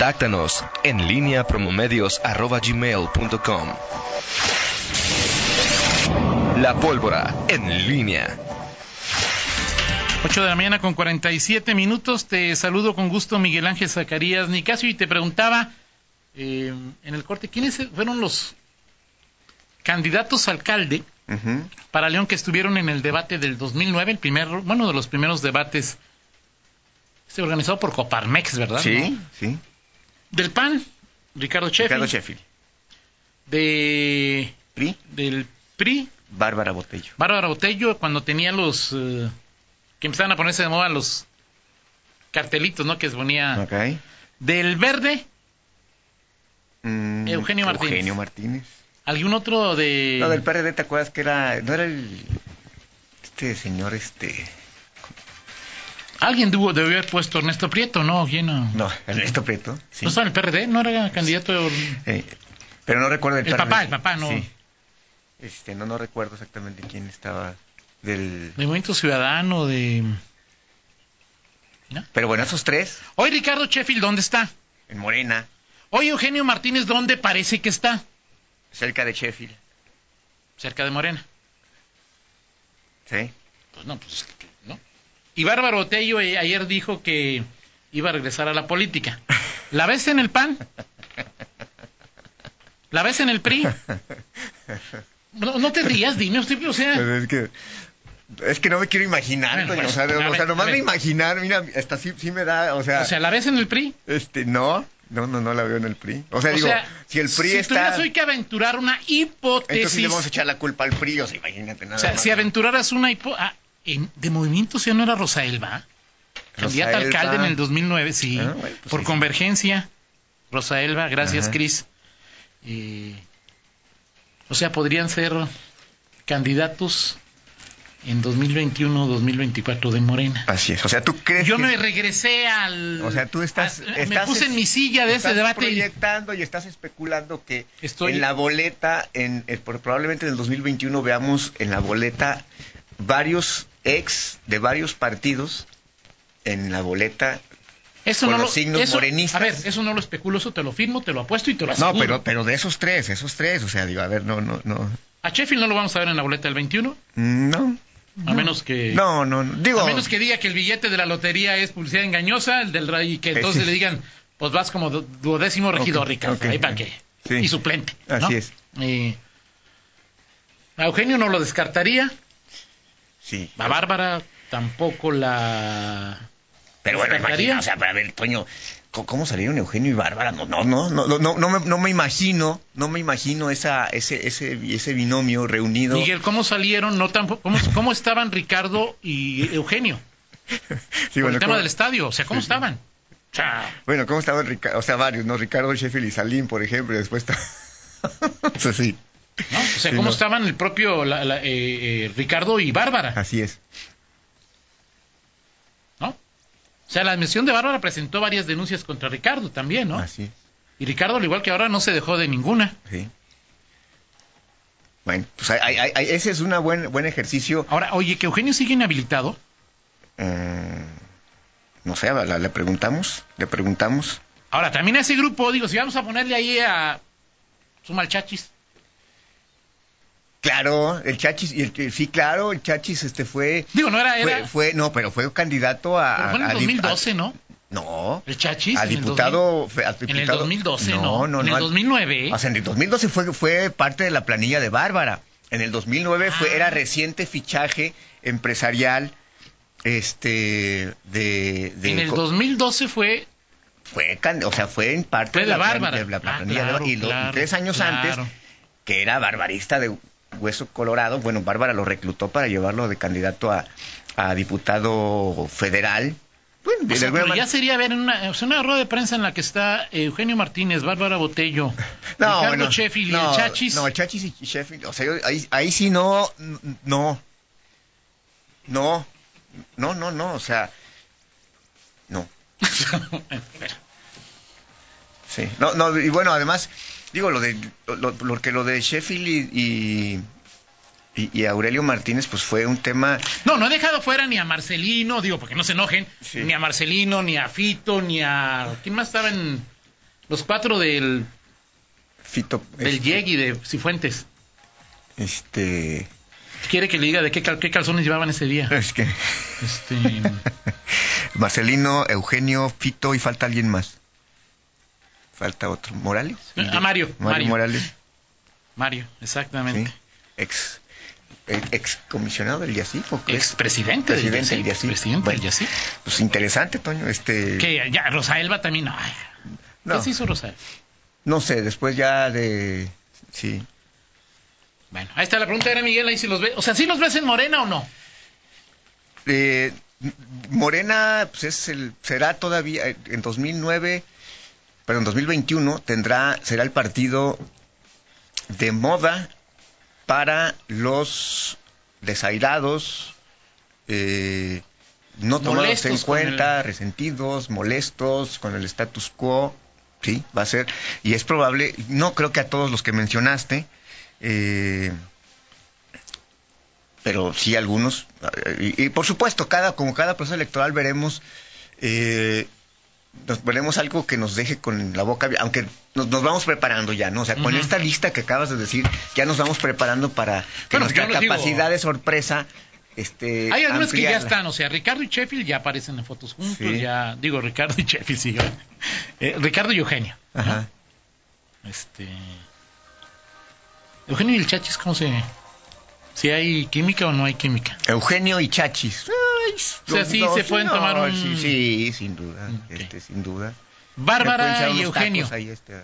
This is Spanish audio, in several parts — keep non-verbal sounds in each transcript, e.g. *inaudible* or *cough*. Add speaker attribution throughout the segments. Speaker 1: Contáctanos en línea promomedios.com. La pólvora en línea.
Speaker 2: 8 de la mañana con 47 minutos. Te saludo con gusto, Miguel Ángel Zacarías Nicasio. Y te preguntaba eh, en el corte, ¿quiénes fueron los candidatos a alcalde uh -huh. para León que estuvieron en el debate del 2009, el primer, bueno, de los primeros debates se organizado por Coparmex, ¿verdad?
Speaker 3: Sí, ¿no? sí.
Speaker 2: Del PAN, Ricardo Sheffield.
Speaker 3: Ricardo Sheffield.
Speaker 2: De...
Speaker 3: ¿PRI?
Speaker 2: Del PRI.
Speaker 3: Bárbara Botello.
Speaker 2: Bárbara Botello, cuando tenía los... Eh, que empezaban a ponerse de moda los cartelitos, ¿no? Que se ponía...
Speaker 3: Ok.
Speaker 2: Del Verde.
Speaker 3: Mm,
Speaker 2: Eugenio Martínez.
Speaker 3: Eugenio Martínez.
Speaker 2: ¿Algún otro de...?
Speaker 3: No, del PRD, ¿te acuerdas que era... No era el... Este señor, este...
Speaker 2: Alguien debió haber puesto Ernesto Prieto, ¿no? ¿Quién? No,
Speaker 3: no Ernesto Prieto.
Speaker 2: Sí. ¿No estaba el PRD? ¿No era candidato?
Speaker 3: Eh, pero no recuerdo el,
Speaker 2: el
Speaker 3: PRD.
Speaker 2: papá, el papá, no. Sí.
Speaker 3: Este, no, no recuerdo exactamente quién estaba del...
Speaker 2: De Movimiento Ciudadano, de... ¿No?
Speaker 3: Pero bueno, esos tres.
Speaker 2: Hoy Ricardo Sheffield, ¿dónde está?
Speaker 3: En Morena.
Speaker 2: Hoy Eugenio Martínez, ¿dónde parece que está?
Speaker 3: Cerca de Sheffield.
Speaker 2: Cerca de Morena.
Speaker 3: Sí.
Speaker 2: Pues no, pues y Bárbara Botello eh, ayer dijo que iba a regresar a la política. ¿La ves en el PAN? ¿La ves en el PRI? No, no te rías, dime, usted, o sea...
Speaker 3: Pero Pues es que... Es que no me quiero imaginar, bueno, pues, o sea, de, o sea nomás de imaginar, mira, hasta sí, sí me da, o sea...
Speaker 2: O sea, ¿la ves en el PRI?
Speaker 3: Este, no, no, no, no la veo en el PRI. O sea, o digo, sea, si el PRI
Speaker 2: si
Speaker 3: está...
Speaker 2: Si que aventurar una hipótesis...
Speaker 3: Entonces sí le vamos a echar la culpa al PRI, o sea, imagínate nada
Speaker 2: O sea,
Speaker 3: más,
Speaker 2: si
Speaker 3: ¿no?
Speaker 2: aventuraras una hipótesis... En, de Movimiento si no era Rosa Elba, candidata alcalde en el 2009, sí, ah, bueno, pues por sí, convergencia. Rosa Elba, gracias, Ajá. Cris. Eh, o sea, podrían ser candidatos en 2021 2024 de Morena.
Speaker 3: Así Ah, es. O sea, tú crees.
Speaker 2: Yo
Speaker 3: que...
Speaker 2: me regresé al.
Speaker 3: O sea, tú estás.
Speaker 2: A,
Speaker 3: estás
Speaker 2: Ah, me puse es, en mi silla de
Speaker 3: estás
Speaker 2: ese debate.
Speaker 3: proyectando y... y estás especulando que
Speaker 2: Estoy...
Speaker 3: en la boleta, en, en, probablemente en el 2021 veamos en la boleta varios ex de varios partidos en la boleta
Speaker 2: eso
Speaker 3: con
Speaker 2: no
Speaker 3: los
Speaker 2: lo,
Speaker 3: signos
Speaker 2: eso,
Speaker 3: morenistas.
Speaker 2: A ver, eso no lo especulo, eso te lo firmo, te lo apuesto y te lo aseguro.
Speaker 3: No, pero, pero de esos tres, esos tres, o sea, digo, a ver, no, no, no.
Speaker 2: ¿A Sheffield no lo vamos a ver en la boleta del 21?
Speaker 3: No.
Speaker 2: A menos que...
Speaker 3: No, no, no, digo...
Speaker 2: A menos que diga que el billete de la lotería es publicidad engañosa, el del y que entonces
Speaker 3: sí.
Speaker 2: le digan, pues vas como duodécimo regidor,
Speaker 3: Okay,
Speaker 2: Ricardo,
Speaker 3: okay,
Speaker 2: ahí para
Speaker 3: okay.
Speaker 2: qué.
Speaker 3: Sí.
Speaker 2: Y suplente. ¿no?
Speaker 3: Así es.
Speaker 2: Eh, a Eugenio no lo descartaría.
Speaker 3: Sí.
Speaker 2: A Bárbara tampoco la.
Speaker 3: Pero bueno,
Speaker 2: descartaría.
Speaker 3: imagina, o sea, para ver, Toño, co- ¿cómo salieron Eugenio y Bárbara? No, no, no, no, no, no me, no me imagino, no me imagino esa, ese, ese, ese binomio reunido.
Speaker 2: Miguel, ¿cómo salieron? No tampoco, ¿cómo, cómo estaban Ricardo y Eugenio?
Speaker 3: Sí,
Speaker 2: Por
Speaker 3: bueno,
Speaker 2: el tema
Speaker 3: ¿cómo-
Speaker 2: del estadio, o sea, ¿cómo
Speaker 3: Sí, sí.
Speaker 2: estaban? O sea,
Speaker 3: Bueno, ¿cómo estaban Rica- O sea, varios, ¿no? Ricardo Sheffield y Salim, por ejemplo, y después está... *laughs* o sea, sí,
Speaker 2: ¿no? O sea,
Speaker 3: Sí,
Speaker 2: ¿cómo
Speaker 3: no.
Speaker 2: estaban el propio la- la- eh, eh, Ricardo y Bárbara?
Speaker 3: así es.
Speaker 2: ¿No? O sea, la admisión de Bárbara presentó varias denuncias contra Ricardo también, ¿no?
Speaker 3: Así es.
Speaker 2: Y Ricardo, al igual que ahora, no se dejó de ninguna.
Speaker 3: Sí. Bueno, pues hay- hay- hay- ese es un buen, buen ejercicio.
Speaker 2: Ahora, oye, que Eugenio sigue inhabilitado.
Speaker 3: Mm, no sé, la- le preguntamos, le preguntamos.
Speaker 2: Ahora, también a ese grupo, digo, si vamos a ponerle ahí a Suma al Chachis,
Speaker 3: Claro, el Chachis, y el, el- sí, claro, el Chachis este fue,
Speaker 2: digo, no era, era
Speaker 3: fue, fue- no, pero fue candidato a...
Speaker 2: pero fue en
Speaker 3: a-
Speaker 2: el
Speaker 3: a dip-
Speaker 2: 2012, ¿no?
Speaker 3: a- no,
Speaker 2: El Chachis.
Speaker 3: a
Speaker 2: en el
Speaker 3: diputado, fue- a
Speaker 2: 2000, En el
Speaker 3: diputado-
Speaker 2: 2012, ¿no?
Speaker 3: no, no,
Speaker 2: en el
Speaker 3: no, al-
Speaker 2: 2009.
Speaker 3: O sea, en el 2012 fue, fue parte de la planilla de Bárbara. En el 2009
Speaker 2: Ah.
Speaker 3: fue, era reciente fichaje empresarial este de, de
Speaker 2: en el
Speaker 3: co-
Speaker 2: 2012 fue.
Speaker 3: fue can- o sea fue en parte
Speaker 2: Fue de
Speaker 3: plan-
Speaker 2: Bárbara.
Speaker 3: de la
Speaker 2: Ah,
Speaker 3: planilla de
Speaker 2: claro,
Speaker 3: Bárbara. y, lo- y
Speaker 2: claro,
Speaker 3: tres años
Speaker 2: claro.
Speaker 3: antes que era barbarista de hueso colorado bueno Bárbara lo reclutó para llevarlo de candidato a, a diputado federal bueno pues,
Speaker 2: O
Speaker 3: de
Speaker 2: sea, Pues, pero
Speaker 3: alguna
Speaker 2: ya
Speaker 3: manera-
Speaker 2: sería ver en una, o sea, una rueda de prensa en la que está eh, Eugenio Martínez, Bárbara
Speaker 3: *laughs*
Speaker 2: Botello, Ricardo
Speaker 3: bueno,
Speaker 2: Sheffield y
Speaker 3: no,
Speaker 2: el Chachis.
Speaker 3: No, el Chachis y Sheffield. O sea, yo- ahí, ahí sí no. n- No. No. No, no, no. O sea.
Speaker 2: *laughs*
Speaker 3: No. Sí. No, no. Y bueno, además, digo, lo de. Lo, lo- porque lo de Sheffield y. y y, y Aurelio Martínez, pues fue un tema.
Speaker 2: No, no he dejado fuera ni a Marcelino, digo, porque no se enojen,
Speaker 3: Sí.
Speaker 2: ni a Marcelino, ni a Fito, ni a... ¿Quién más estaba en los cuatro del,
Speaker 3: Fito.
Speaker 2: del
Speaker 3: este,
Speaker 2: Yegui de Cifuentes?
Speaker 3: Este.
Speaker 2: Quiere que le diga de qué, cal- qué calzones llevaban ese día.
Speaker 3: Es que. *laughs*
Speaker 2: Este,
Speaker 3: Marcelino, Eugenio, Fito y falta alguien más. Falta otro. ¿Morales?
Speaker 2: Ah,
Speaker 3: El de-
Speaker 2: Mario, Mario.
Speaker 3: Morales.
Speaker 2: Mario,
Speaker 3: sí.
Speaker 2: exactamente.
Speaker 3: Ex. Ex comisionado del Yacif, ¿o qué es?
Speaker 2: Expresidente del
Speaker 3: Presidente del
Speaker 2: Yacif,
Speaker 3: Yacif.
Speaker 2: presidente
Speaker 3: Bueno,
Speaker 2: del Yacif.
Speaker 3: Pues interesante, Toño. Este,
Speaker 2: Que ya, Rosaelba también. ay, ¿Qué
Speaker 3: No,
Speaker 2: se hizo Rosaelba?
Speaker 3: no sé, después ya de. Sí.
Speaker 2: Bueno, ahí está la pregunta, era Miguel, ahí si los ve. O sea, ¿sí los ves en Morena o no?
Speaker 3: Eh, Morena pues es el, será todavía eh, en 2009, pero en 2021 tendrá será el partido de moda para los desairados, eh, no tomados en
Speaker 2: Molestos con
Speaker 3: cuenta, resentidos, molestos con el status quo, sí, va a ser y es probable. No creo que a todos los que mencionaste. Eh, pero sí algunos. eh, Y, y por supuesto, cada, como cada proceso electoral veremos, eh, nos- veremos algo que nos deje con la boca abierta, aunque nos, nos vamos preparando ya, ¿no? O sea, con
Speaker 2: Ujú.
Speaker 3: esta lista que acabas de decir, ya nos vamos preparando para que
Speaker 2: Bueno,
Speaker 3: nuestra
Speaker 2: yo les digo-
Speaker 3: capacidad de sorpresa... Este,
Speaker 2: Hay algunos que ya
Speaker 3: ampliarla.
Speaker 2: están, o sea, Ricardo y Sheffield ya aparecen en fotos juntos,
Speaker 3: Sí.
Speaker 2: ya, digo, Ricardo y Sheffield, sí. *laughs* Eh, Ricardo y Eugenio.
Speaker 3: Ajá.
Speaker 2: Este. Eugenio y el Chachis, ¿cómo se.? Si hay química o no hay química.
Speaker 3: Eugenio y Chachis. Ay,
Speaker 2: O sea,
Speaker 3: los
Speaker 2: sí
Speaker 3: dos,
Speaker 2: se pueden tomar un-
Speaker 3: Sí, sí, sin duda.
Speaker 2: Ok.
Speaker 3: Este, sin duda. Me pueden
Speaker 2: Bárbara
Speaker 3: echar
Speaker 2: y
Speaker 3: unos tacos
Speaker 2: Eugenio.
Speaker 3: ahí, este.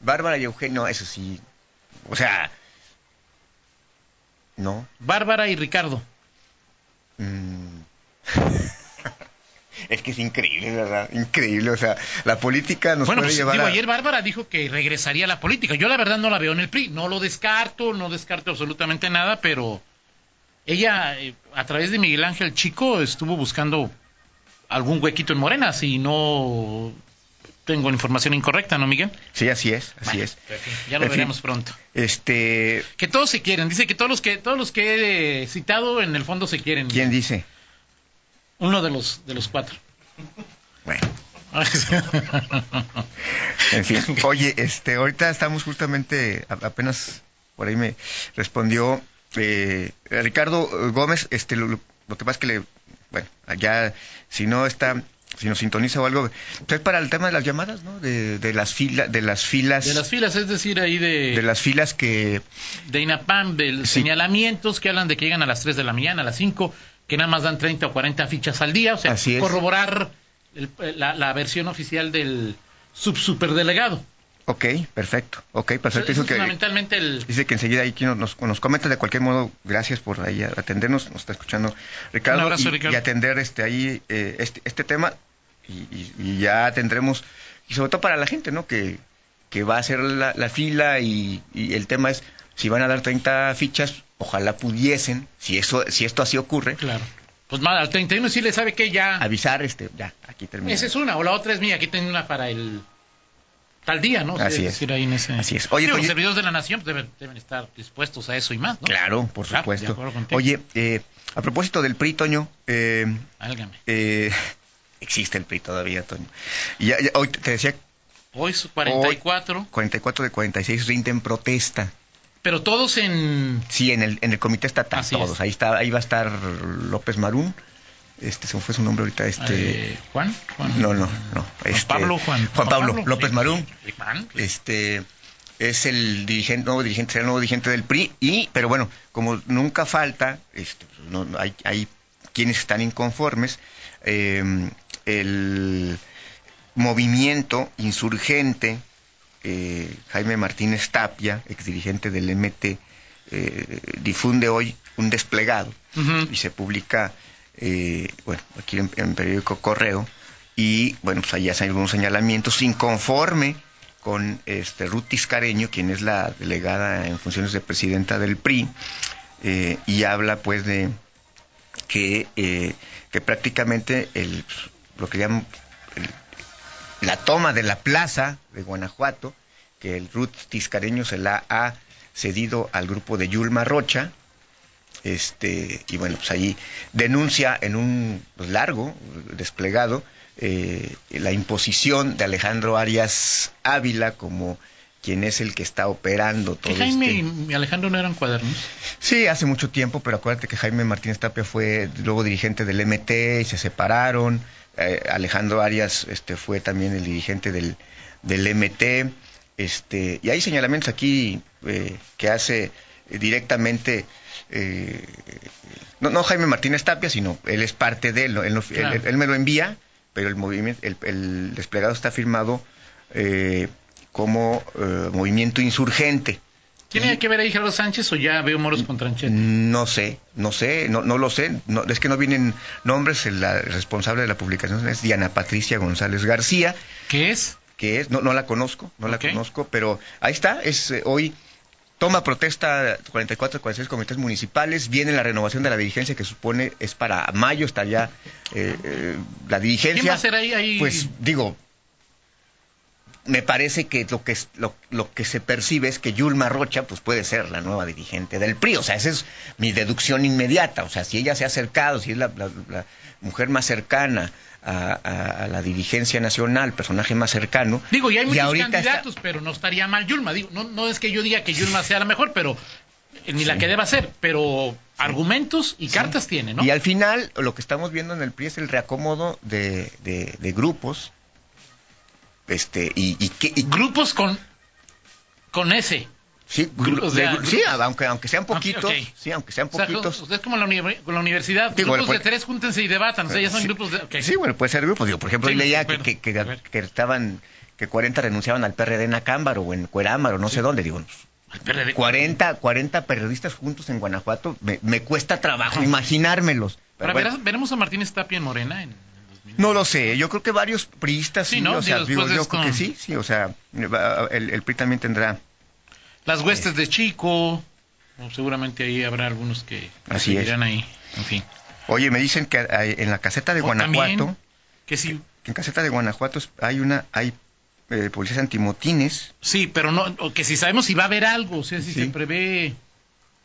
Speaker 3: Bárbara y Eugenio, eso sí. O sea, no.
Speaker 2: Bárbara y Ricardo.
Speaker 3: mm. *laughs* es que es increíble, ¿verdad? Increíble. O sea, la política nos
Speaker 2: bueno,
Speaker 3: puede
Speaker 2: pues,
Speaker 3: llevar
Speaker 2: digo,
Speaker 3: a...
Speaker 2: ayer Bárbara dijo que regresaría a la política. Yo la verdad no la veo en el PRI. No lo descarto, no descarto absolutamente nada, pero ella, eh, a través de Miguel Ángel Chico, estuvo buscando algún huequito en Morena, si no tengo información incorrecta, ¿no, Miguel?
Speaker 3: Sí, así es, así
Speaker 2: Bueno,
Speaker 3: es.
Speaker 2: en fin, Ya lo
Speaker 3: En fin,
Speaker 2: veremos pronto.
Speaker 3: Este,
Speaker 2: Que todos se quieren. Dice que todos los que todos los que he citado en el fondo se quieren.
Speaker 3: ¿quién dice?
Speaker 2: Uno de los de los cuatro. *laughs*
Speaker 3: Bueno. En fin, *laughs* oye, este, ahorita estamos justamente, a- apenas por ahí me respondió eh, Ricardo eh, Gómez, este, lo, lo- lo que pasa es que le, bueno, allá, si no está, si nos sintoniza o algo, entonces para el tema de las llamadas, ¿no? De, de las filas, de las filas,
Speaker 2: de las filas, es decir, ahí de,
Speaker 3: de las filas que,
Speaker 2: de INAPAM, de los
Speaker 3: Sí.
Speaker 2: señalamientos que hablan de que llegan a las 3 de la mañana, a las 5, que nada más dan 30 o 40 fichas al día, o sea,
Speaker 3: Así es.
Speaker 2: corroborar el- la, la versión oficial del subsuperdelegado.
Speaker 3: ok, perfecto, ok, perfecto,
Speaker 2: Eso
Speaker 3: eso
Speaker 2: es
Speaker 3: que,
Speaker 2: fundamentalmente el...
Speaker 3: dice que enseguida ahí quien nos, nos comenta, de cualquier modo, gracias por ahí atendernos, nos está escuchando Ricardo,
Speaker 2: Un abrazo,
Speaker 3: y,
Speaker 2: Ricardo.
Speaker 3: y atender este ahí eh, este, este tema y, y- y ya tendremos, y sobre todo para la gente, ¿no? Que, que va a hacer la, la fila y, y el tema es, si van a dar 30 fichas, ojalá pudiesen, si eso si esto así ocurre,
Speaker 2: Claro. Pues nada, al 31 sí le sabe que ya...
Speaker 3: avisar, este ya, aquí termina.
Speaker 2: Esa es una, o la otra es mía, aquí tengo una para el tal día, ¿no? O sea,
Speaker 3: Así es.
Speaker 2: decir, ahí en ese-
Speaker 3: Así es. Oye,
Speaker 2: Digo,
Speaker 3: Toño-
Speaker 2: los servidores de la nación pues, deben, deben estar dispuestos a eso y más, ¿no?
Speaker 3: Claro, por
Speaker 2: Claro, de
Speaker 3: supuesto.
Speaker 2: acuerdo contigo.
Speaker 3: Oye, eh, a propósito del PRI, Toño, eh,
Speaker 2: Álgame.
Speaker 3: eh, existe el PRI todavía, Toño. Y ya- ya, hoy te decía,
Speaker 2: Hoy su 44,
Speaker 3: 44 de 46 rinden protesta.
Speaker 2: pero todos en...
Speaker 3: Sí, en el, en el comité estatal,
Speaker 2: Así
Speaker 3: todos.
Speaker 2: es.
Speaker 3: Ahí está, ahí va a estar López Marún. Este, se me fue su nombre ahorita, este.
Speaker 2: eh, Juan, Juan.
Speaker 3: no, no, no. este,
Speaker 2: Pablo, Juan- Juan
Speaker 3: Pablo,
Speaker 2: Pablo.
Speaker 3: López Marún.
Speaker 2: Juan,
Speaker 3: Este es el dirigente, nuevo dirigente, será el nuevo dirigente del PRI y, pero bueno, como nunca falta, este, no- no, hay, hay quienes están inconformes, eh, el movimiento insurgente, eh, Jaime Martínez Tapia, ex dirigente del MT, eh, difunde hoy un desplegado
Speaker 2: Ujú.
Speaker 3: y se publica, eh, bueno, aquí en, en periódico Correo, y bueno, pues allá hay algunos señalamientos inconforme con este Rutis Careño, quien es la delegada en funciones de presidenta del PRI, eh, y habla pues de que, eh, que prácticamente el, lo que llaman el- la toma de la plaza de Guanajuato, que el Ruth Tiscareño se la ha cedido al grupo de Yulma Rocha, Este, y bueno, pues allí denuncia en un pues, largo desplegado eh, la imposición de Alejandro Arias Ávila como quien es el que está operando todo
Speaker 2: Que Jaime
Speaker 3: este-
Speaker 2: y Alejandro no eran cuadernos.
Speaker 3: Sí, hace mucho tiempo, pero acuérdate que Jaime Martínez Tapia fue luego dirigente del MT y se separaron. Eh, Alejandro Arias este, fue también el dirigente del, del MT. Este, y hay señalamientos aquí eh, que hace directamente. eh, no, no Jaime Martínez Tapia, sino él es parte de él. ¿no? Él, no- él-
Speaker 2: Claro.
Speaker 3: él me lo envía, pero el, movimiento, el, el desplegado está firmado eh, como eh, movimiento insurgente.
Speaker 2: ¿Tiene
Speaker 3: Mm.
Speaker 2: que ver ahí Gerardo Sánchez o ya veo moros con tranchete?
Speaker 3: No sé, no sé, no, no lo sé. no- es que no vienen nombres. La responsable de la publicación es Diana Patricia González García,
Speaker 2: ¿Qué es?
Speaker 3: que es, no, no la conozco, no
Speaker 2: Ok.
Speaker 3: la conozco, pero ahí está. Es eh, hoy toma protesta 44, 46 comités municipales. Viene la renovación de la dirigencia que supone es para mayo, está ya eh, eh, la dirigencia.
Speaker 2: ¿Quién va a ser ahí- ahí?
Speaker 3: Pues digo. Me parece que lo que, es- lo, lo que se percibe es que Yulma Rocha pues puede ser la nueva dirigente del PRI. O sea, esa es mi deducción inmediata. O sea, si ella se ha acercado, si es la, la- la mujer más cercana a, a- a la dirigencia nacional, personaje más cercano.
Speaker 2: Digo, ya hay muchos
Speaker 3: ahorita está-
Speaker 2: candidatos, pero no estaría mal Yulma. Digo, no, no es que yo diga que Yulma sea la mejor, pero eh, ni la que deba ser, pero argumentos y cartas tiene, ¿no?
Speaker 3: Y al final, lo que estamos viendo en el PRI es el reacomodo de, de- de grupos. Este, y, y, qué- y
Speaker 2: Grupos con, con ese.
Speaker 3: Sí,
Speaker 2: Gru- o
Speaker 3: de-
Speaker 2: sea,
Speaker 3: gru- sí, aunque, aunque sean
Speaker 2: Ok, ok.
Speaker 3: poquitos, sí, aunque sean
Speaker 2: O sea,
Speaker 3: poquitos.
Speaker 2: usted es como la, uni- con la universidad.
Speaker 3: Digo,
Speaker 2: grupos
Speaker 3: pues-
Speaker 2: de tres, júntense y debatan. O sea, ya son
Speaker 3: Sí.
Speaker 2: grupos de. ok.
Speaker 3: Eh, Sí, bueno, puede ser grupo. Digo, por ejemplo,
Speaker 2: Sí,
Speaker 3: hoy leía
Speaker 2: bueno,
Speaker 3: que, que- que-
Speaker 2: a ver.
Speaker 3: que estaban, que 40 renunciaban al PRD en Acámbaro o en Cuerámaro, no sé dónde. Digo,
Speaker 2: Al PRD.
Speaker 3: 40, 40 periodistas juntos en Guanajuato, me, me cuesta
Speaker 2: *laughs*
Speaker 3: trabajo imaginármelos. Pero
Speaker 2: Ahora,
Speaker 3: bueno,
Speaker 2: verás- veremos a Martínez Tapia en Morena. En, en 2000.
Speaker 3: no lo sé, yo creo que varios priistas,
Speaker 2: Sí,
Speaker 3: sí,
Speaker 2: ¿no?
Speaker 3: o sea,
Speaker 2: Digo,
Speaker 3: digo,
Speaker 2: después de
Speaker 3: yo creo que
Speaker 2: esto-
Speaker 3: sí, sí, o sea, va- el, el PRI también tendrá,
Speaker 2: Las huestes de Chico. o seguramente ahí habrá algunos que
Speaker 3: Así es.
Speaker 2: seguirán ahí. En fin.
Speaker 3: oye, me dicen que hay- en la caseta de
Speaker 2: O
Speaker 3: Guanajuato...
Speaker 2: también Que sí,
Speaker 3: En Caseta de Guanajuato es- hay una, hay eh, policías antimotines,
Speaker 2: sí, pero no. o que si sabemos si va a haber algo. O sea, si
Speaker 3: Sí.
Speaker 2: se prevé.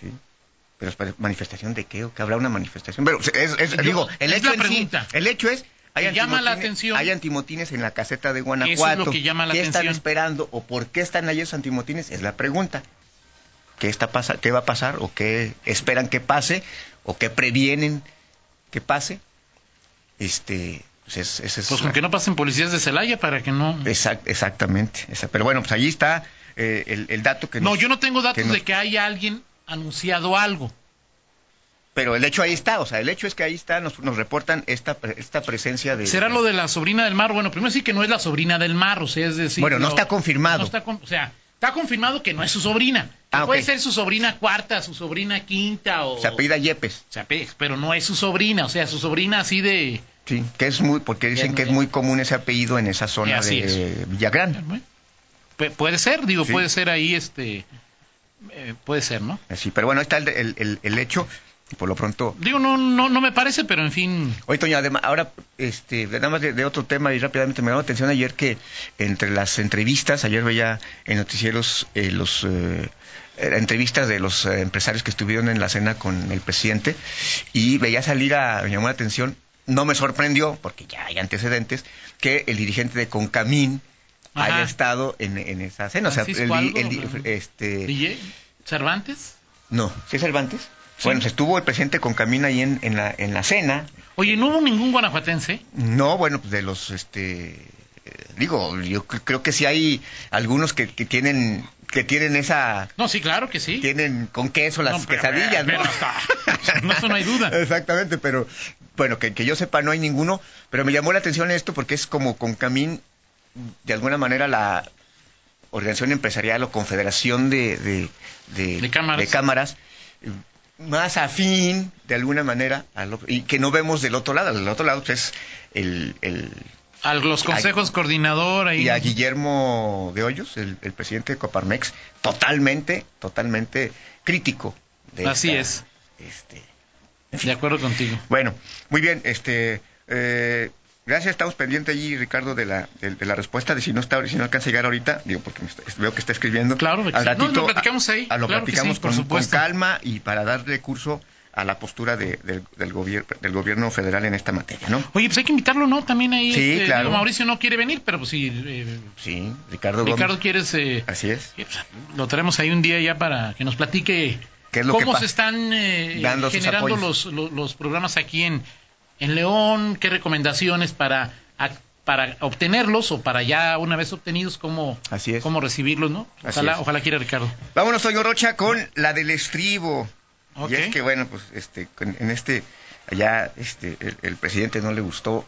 Speaker 3: ¿sí? pero es para- manifestación de qué, o que habrá una manifestación. Pero es- es-
Speaker 2: Yo-
Speaker 3: digo, el
Speaker 2: es
Speaker 3: hecho
Speaker 2: la
Speaker 3: en sí,
Speaker 2: pregunta.
Speaker 3: el hecho es,
Speaker 2: Que llama la
Speaker 3: antimotines-
Speaker 2: atención.
Speaker 3: hay antimotines en la caseta de Guanajuato.
Speaker 2: lo que llama la
Speaker 3: ¿Qué están
Speaker 2: atención.
Speaker 3: esperando o por qué están ahí esos antimotines? Es la pregunta. ¿Qué está pasa, qué va a pasar o qué esperan que pase o qué previenen que pase? Este, pues es, esa es
Speaker 2: Pues
Speaker 3: la-
Speaker 2: con que no pasen policías de Celaya para que no.
Speaker 3: Exact- exactamente. Esa- Pero bueno, pues allí está eh, el, el dato que
Speaker 2: No,
Speaker 3: nos-
Speaker 2: yo no tengo datos
Speaker 3: que nos-
Speaker 2: de que haya alguien anunciado algo.
Speaker 3: Pero el hecho ahí está, o sea, el hecho es que ahí está, nos, nos reportan esta, pre- esta presencia de...
Speaker 2: ¿Será lo de la sobrina del mar? Bueno, primero sí que no es la sobrina del mar, o sea, es decir...
Speaker 3: Bueno,
Speaker 2: lo-
Speaker 3: no está confirmado.
Speaker 2: no está con- o sea, está confirmado que no es su sobrina. Que
Speaker 3: Ah, ok.
Speaker 2: Puede ser su sobrina cuarta, su sobrina quinta o...
Speaker 3: Se apellida Yepes,
Speaker 2: Se apellida, pero no es su sobrina, o sea, su sobrina así de...
Speaker 3: sí, que es muy, porque dicen
Speaker 2: no,
Speaker 3: que es
Speaker 2: ya.
Speaker 3: muy común ese apellido en esa zona
Speaker 2: Así
Speaker 3: de Villagrán.
Speaker 2: Bueno, pu- puede ser, digo,
Speaker 3: Sí.
Speaker 2: puede ser ahí este... eh, puede ser, ¿no?
Speaker 3: Así, pero bueno, ahí está el, el, el- el hecho, y por lo pronto...
Speaker 2: Digo, no, no, no me parece, pero en fin...
Speaker 3: Oye, Toño, además, ahora, este, nada más de, de otro tema y rápidamente me llamó la atención ayer que entre las entrevistas, ayer veía en noticieros eh, los eh, eh, entrevistas de los eh, empresarios que estuvieron en la cena con el presidente y veía salir a, me llamó la atención, no me sorprendió, porque ya hay antecedentes, que el dirigente de Concamín
Speaker 2: Ajá.
Speaker 3: haya estado en, en esa cena. O sea, el,
Speaker 2: Francisco
Speaker 3: di- el
Speaker 2: algo,
Speaker 3: di-
Speaker 2: ¿no?
Speaker 3: este,
Speaker 2: DJ ¿Cervantes?
Speaker 3: no, ¿sí es Cervantes?
Speaker 2: Sí.
Speaker 3: Bueno, se estuvo el presidente Concamín ahí en, en la, en la cena,
Speaker 2: Oye, ¿no hubo ningún guanajuatense?
Speaker 3: no, bueno, pues de los, este, eh, digo, yo cre- creo que sí hay algunos que, que tienen, que tienen esa,
Speaker 2: No, sí, claro que sí.
Speaker 3: tienen con queso las
Speaker 2: No, pero,
Speaker 3: quesadillas,
Speaker 2: pero,
Speaker 3: ¿no?
Speaker 2: está. *laughs* No, eso no hay duda.
Speaker 3: *laughs* Exactamente, pero bueno, que, que yo sepa no hay ninguno, pero me llamó la atención esto porque es como con Camín, de alguna manera la organización empresarial o confederación de, de, de-
Speaker 2: De cámaras.
Speaker 3: eh, más afín de alguna manera a lo- y que no vemos del otro lado, del otro lado pues, es el, el
Speaker 2: A los consejos coordinador ahí.
Speaker 3: y a Guillermo de Hoyos, el, el presidente de Coparmex, totalmente, totalmente crítico. de
Speaker 2: Así
Speaker 3: esta-
Speaker 2: es.
Speaker 3: este,
Speaker 2: De acuerdo contigo.
Speaker 3: bueno, muy bien, este, eh, gracias, estamos pendientes allí, Ricardo, de la, de, de la respuesta, de si no está, si no alcanza a llegar ahorita, digo, porque me está- veo que está escribiendo.
Speaker 2: Claro que
Speaker 3: Al
Speaker 2: sí. No,
Speaker 3: ratito,
Speaker 2: lo platicamos ahí,
Speaker 3: a- a lo
Speaker 2: claro que
Speaker 3: platicamos
Speaker 2: sí, por
Speaker 3: con, con
Speaker 2: supuesto.
Speaker 3: calma y para darle curso a la postura de- del, del gobier- del gobierno federal en esta materia, ¿no?
Speaker 2: Oye, pues hay que invitarlo, ¿no? También ahí.
Speaker 3: Sí,
Speaker 2: este,
Speaker 3: claro.
Speaker 2: digo, Mauricio no quiere venir, pero pues si eh,
Speaker 3: Sí, Ricardo Gómez.
Speaker 2: Ricardo quieres. eh,
Speaker 3: Así es.
Speaker 2: eh, pues, lo traemos ahí un día ya para que nos platique
Speaker 3: ¿Qué es lo que
Speaker 2: cómo
Speaker 3: pasa?
Speaker 2: se están eh,
Speaker 3: Dando sus
Speaker 2: generando los,
Speaker 3: apoyos.
Speaker 2: los, los programas aquí en, en León, qué recomendaciones para, a- para obtenerlos o para ya una vez obtenidos, cómo,
Speaker 3: Así es.
Speaker 2: cómo recibirlos, ¿no?
Speaker 3: Así
Speaker 2: Ojalá,
Speaker 3: es.
Speaker 2: ojalá quiera Ricardo.
Speaker 3: Vámonos, Toño Rocha, con la del estribo.
Speaker 2: Ok.
Speaker 3: Y es que, bueno, pues este, con- en este, allá este, el, el presidente no le gustó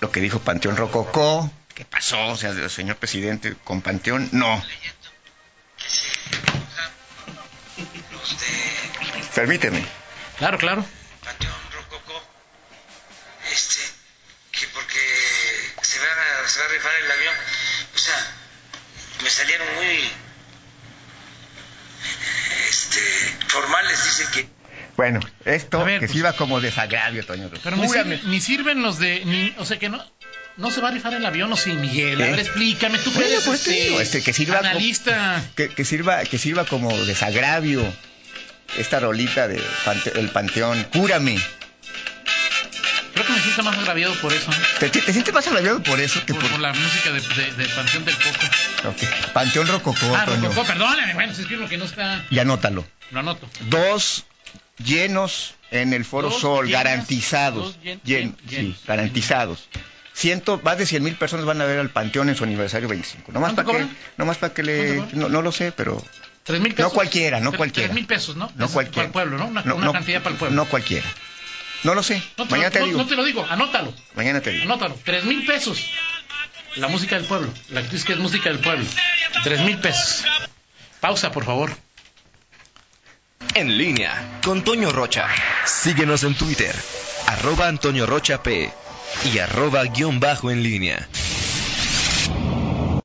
Speaker 3: lo que dijo Panteón Rococó. ¿Qué pasó? O sea, el señor presidente, con Panteón, no. Permíteme.
Speaker 2: Claro, claro.
Speaker 4: Panteón Rococó, este, que porque se va, a, se va a rifar el avión, o sea, me salieron muy este, formales, dicen que
Speaker 3: Bueno, esto
Speaker 2: A ver,
Speaker 3: que
Speaker 2: pues-
Speaker 3: sirva como desagravio, Toño Rocha.
Speaker 2: Pero ni,
Speaker 3: Júrame.
Speaker 2: sirven- ni sirven los de. Ni, o sea que no. No se va a rifar el avión o sin Miguel. A
Speaker 3: ¿Qué?
Speaker 2: ver, explícame. Tú que
Speaker 3: ¿Eh? Bueno,
Speaker 2: eres
Speaker 3: pues, te digo, este, que sirva como-
Speaker 2: analista.
Speaker 3: que, que sirva que sirva como desagravio esta rolita de Pante- el panteón cúrame
Speaker 2: Creo que me siento más agraviado por eso. ¿eh?
Speaker 3: te, te- te sientes más agraviado por eso que
Speaker 2: Por,
Speaker 3: por
Speaker 2: por la música de, de- de Panteón del Coco.
Speaker 3: Ok. panteón rococó
Speaker 2: ah,
Speaker 3: Oh, Toño.
Speaker 2: Rococó, perdóname. Bueno, si escribo que no está.
Speaker 3: y anótalo
Speaker 2: Lo anoto.
Speaker 3: dos llenos en el Foro
Speaker 2: Dos
Speaker 3: Sol
Speaker 2: llenas,
Speaker 3: garantizados
Speaker 2: dos llen-
Speaker 3: Llen-
Speaker 2: llen-
Speaker 3: sí,
Speaker 2: llenos.
Speaker 3: garantizados Ciento, más de 100 mil personas van a ver al Panteón en su aniversario 25. Nomás
Speaker 2: ¿Cuánto
Speaker 3: para que,
Speaker 2: cobran?
Speaker 3: nomás para que le...
Speaker 2: ¿Cuánto
Speaker 3: No, no lo sé, pero...
Speaker 2: Tres mil pesos.
Speaker 3: No cualquiera, no
Speaker 2: Tres-
Speaker 3: cualquiera.
Speaker 2: Tres mil pesos, ¿no?
Speaker 3: No
Speaker 2: Es Para
Speaker 3: cualquiera.
Speaker 2: el pueblo, ¿no? Una, una cantidad para el pueblo.
Speaker 3: No cualquiera. No lo sé.
Speaker 2: No te,
Speaker 3: Mañana
Speaker 2: lo,
Speaker 3: te
Speaker 2: no-
Speaker 3: digo.
Speaker 2: no te lo digo. Anótalo.
Speaker 3: Mañana te digo.
Speaker 2: Anótalo. Tres mil pesos. La música del pueblo. La actriz que es música del pueblo. Tres mil pesos. Pausa, por favor.
Speaker 1: En línea con Toño Rocha. Síguenos en Twitter, arroba Antonio Rocha P y arroba guión bajo en línea.